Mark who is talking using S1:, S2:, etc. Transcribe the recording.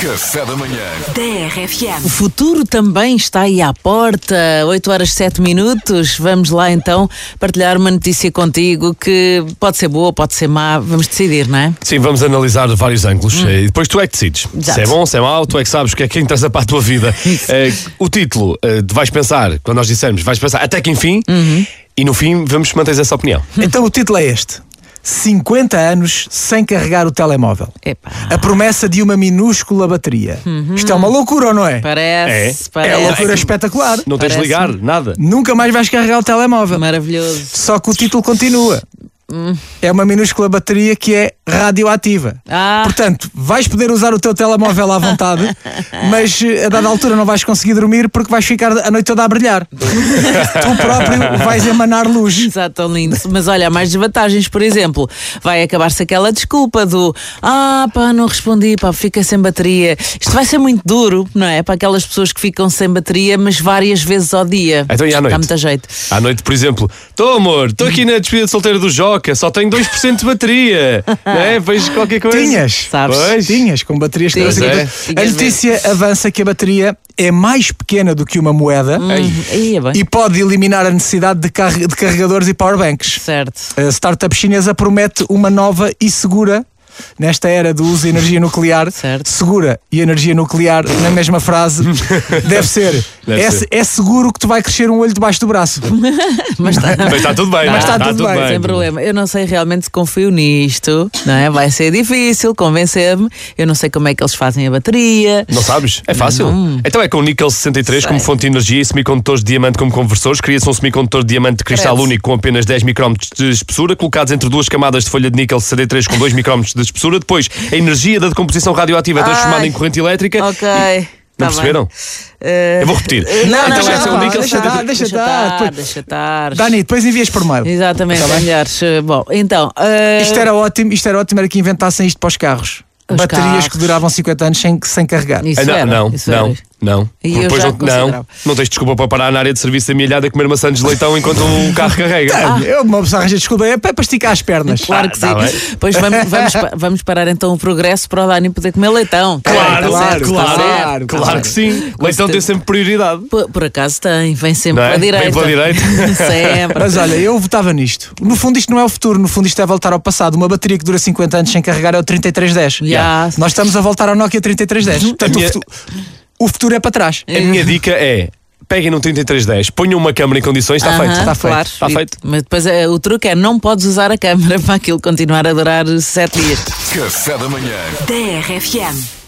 S1: Café da manhã.
S2: TRFM.
S3: O futuro também está aí à porta. 8 horas 7 minutos. Vamos lá então partilhar uma notícia contigo que pode ser boa, pode ser má. Vamos decidir, não é?
S4: Sim, vamos analisar de vários
S5: Hum.
S4: ângulos. E depois tu é que decides.
S3: Exato.
S4: Se é bom, se é mau, tu é que sabes o que é que interessa para a tua vida. Eh, o título, eh, vais pensar, quando nós dissermos, vais pensar até que enfim,
S5: Uhum.
S4: e no fim vamos manter essa opinião.
S5: Então o título é este: 50 anos sem carregar o telemóvel.
S3: Epá.
S5: A promessa de uma minúscula bateria. Isto é uma loucura, ou não é?
S3: Parece,
S5: É
S3: parece.
S5: uma loucura espetacular.
S4: Não tens de
S3: Parece-me.
S4: ligar, nada.
S5: Nunca mais vais carregar o telemóvel.
S3: Maravilhoso.
S5: Só que o título continua. É uma minúscula bateria que é radioativa.
S3: Ah.
S5: Portanto, vais poder usar o teu telemóvel à vontade, mas eh, a dada altura não vais conseguir dormir porque vais ficar a noite toda a brilhar. tu próprio vais emanar luz.
S3: Exato, tão lindo. Mas olha, há mais desvantagens, por exemplo, vai acabar-se aquela desculpa do ah, pá, não respondi, pá, fiquei sem bateria. Isto vai ser muito duro, não é? Para aquelas pessoas que ficam sem bateria, mas várias vezes ao dia.
S4: Então, e à noite?
S3: Dá muito jeito.
S4: À noite, por exemplo, estou amor, estou aqui na despedida de solteiro do Joca, só tenho 2% de bateria. não é? Vejo qualquer coisa.
S5: Tinhas.
S3: Sabes?
S4: Pois.
S5: Tinhas, com baterias que
S3: Tinhas,
S5: não sei o quê.
S3: é.
S5: A
S3: Tinhas
S5: notícia avança que a bateria é mais pequena do que uma moeda
S3: Hum, aí é bem.
S5: e pode eliminar a necessidade de, car- de carregadores e powerbanks.
S3: Certo.
S5: A startup chinesa promete uma nova e segura. Nesta era do uso de energia nuclear,
S3: Certo.
S5: segura e energia nuclear na mesma frase, deve ser.
S4: Deve
S5: é,
S4: ser.
S5: é seguro que te vai crescer um olho debaixo do braço.
S3: Mas tá- está.
S4: Mas está tudo bem,
S5: Mas está tudo bem,
S3: Sem problema. Eu não sei realmente se confio nisto, não é? Vai ser difícil convencer-me. Eu não sei como é que eles fazem a bateria.
S4: Não sabes? É fácil. Então é com níquel 63
S3: Sei.
S4: como fonte de energia e semicondutores de diamante como conversores. Cria-se um semicondutor de diamante de cristal
S3: Credo.
S4: único com apenas 10 micrómetros de espessura, colocados entre duas camadas de folha de níquel 63 com 2 micrómetros de espessura. Depois, a energia da decomposição radioativa é transformada
S3: Ai.
S4: em corrente elétrica.
S3: Ok.
S4: Não
S3: Tá
S4: perceberam?
S3: bem.
S4: Eu vou repetir.
S3: Não, não,
S4: então
S3: não,
S4: é com
S3: não,
S4: níquel
S5: deixa estar,
S4: 63.
S5: deixa estar.
S3: estar, deixa estar.
S5: Dani, depois envias por mail.
S4: Tá
S3: Exatamente, é melhor. Bom, então. eh,
S5: Isto era ótimo, isto era ótimo, era que inventassem isto para os carros.
S3: Os
S5: Baterias
S3: carros.
S5: que duravam 50 anos sem, sem carregar.
S3: Isso
S4: Ah, não,
S3: era,
S4: não,
S3: isso
S4: não,
S3: era.
S4: não.
S3: E eu
S4: Depois
S3: já
S4: não, não,
S3: considerava.
S4: não tens desculpa para parar na área de serviço da minha ilhada a comer maçãs de leitão enquanto o carro carrega.
S5: É, Eu, uma pessoa arranja desculpa, é para esticar as pernas.
S3: Ah. Claro que
S4: Ah, tá
S3: sim. Pois vamos, vamos, pa- vamos parar então o progresso para o Dani poder comer leitão. Tá
S4: Claro,
S3: bem, tá
S4: claro,
S3: certo, tá
S4: claro,
S3: certo.
S4: claro, que sim. Leitão tem sempre prioridade.
S3: Por, por acaso tem, vem sempre
S4: Não
S3: para
S4: é?
S3: pela direita.
S4: Vem pela direita.
S3: sempre.
S5: Mas olha, eu votava nisto. No fundo, isto não é o futuro, no fundo, isto é voltar ao passado. Uma bateria que dura 50 anos sem carregar é o 3310.
S3: Já.
S5: Nós estamos a voltar ao Nokia 3310.
S3: Uhum.
S5: Portanto,
S4: A minha-
S5: o, futuro, o futuro é para trás.
S4: A minha dica é: peguem num 3310, ponham uma câmara em condições, está
S3: Aham,
S4: feito. Está
S3: claro.
S4: feito. Está
S3: E-
S4: feito.
S3: Mas depois eh, o truque é não podes usar a câmera para aquilo continuar a durar sete dias.
S1: Café da manhã.
S2: TRFM.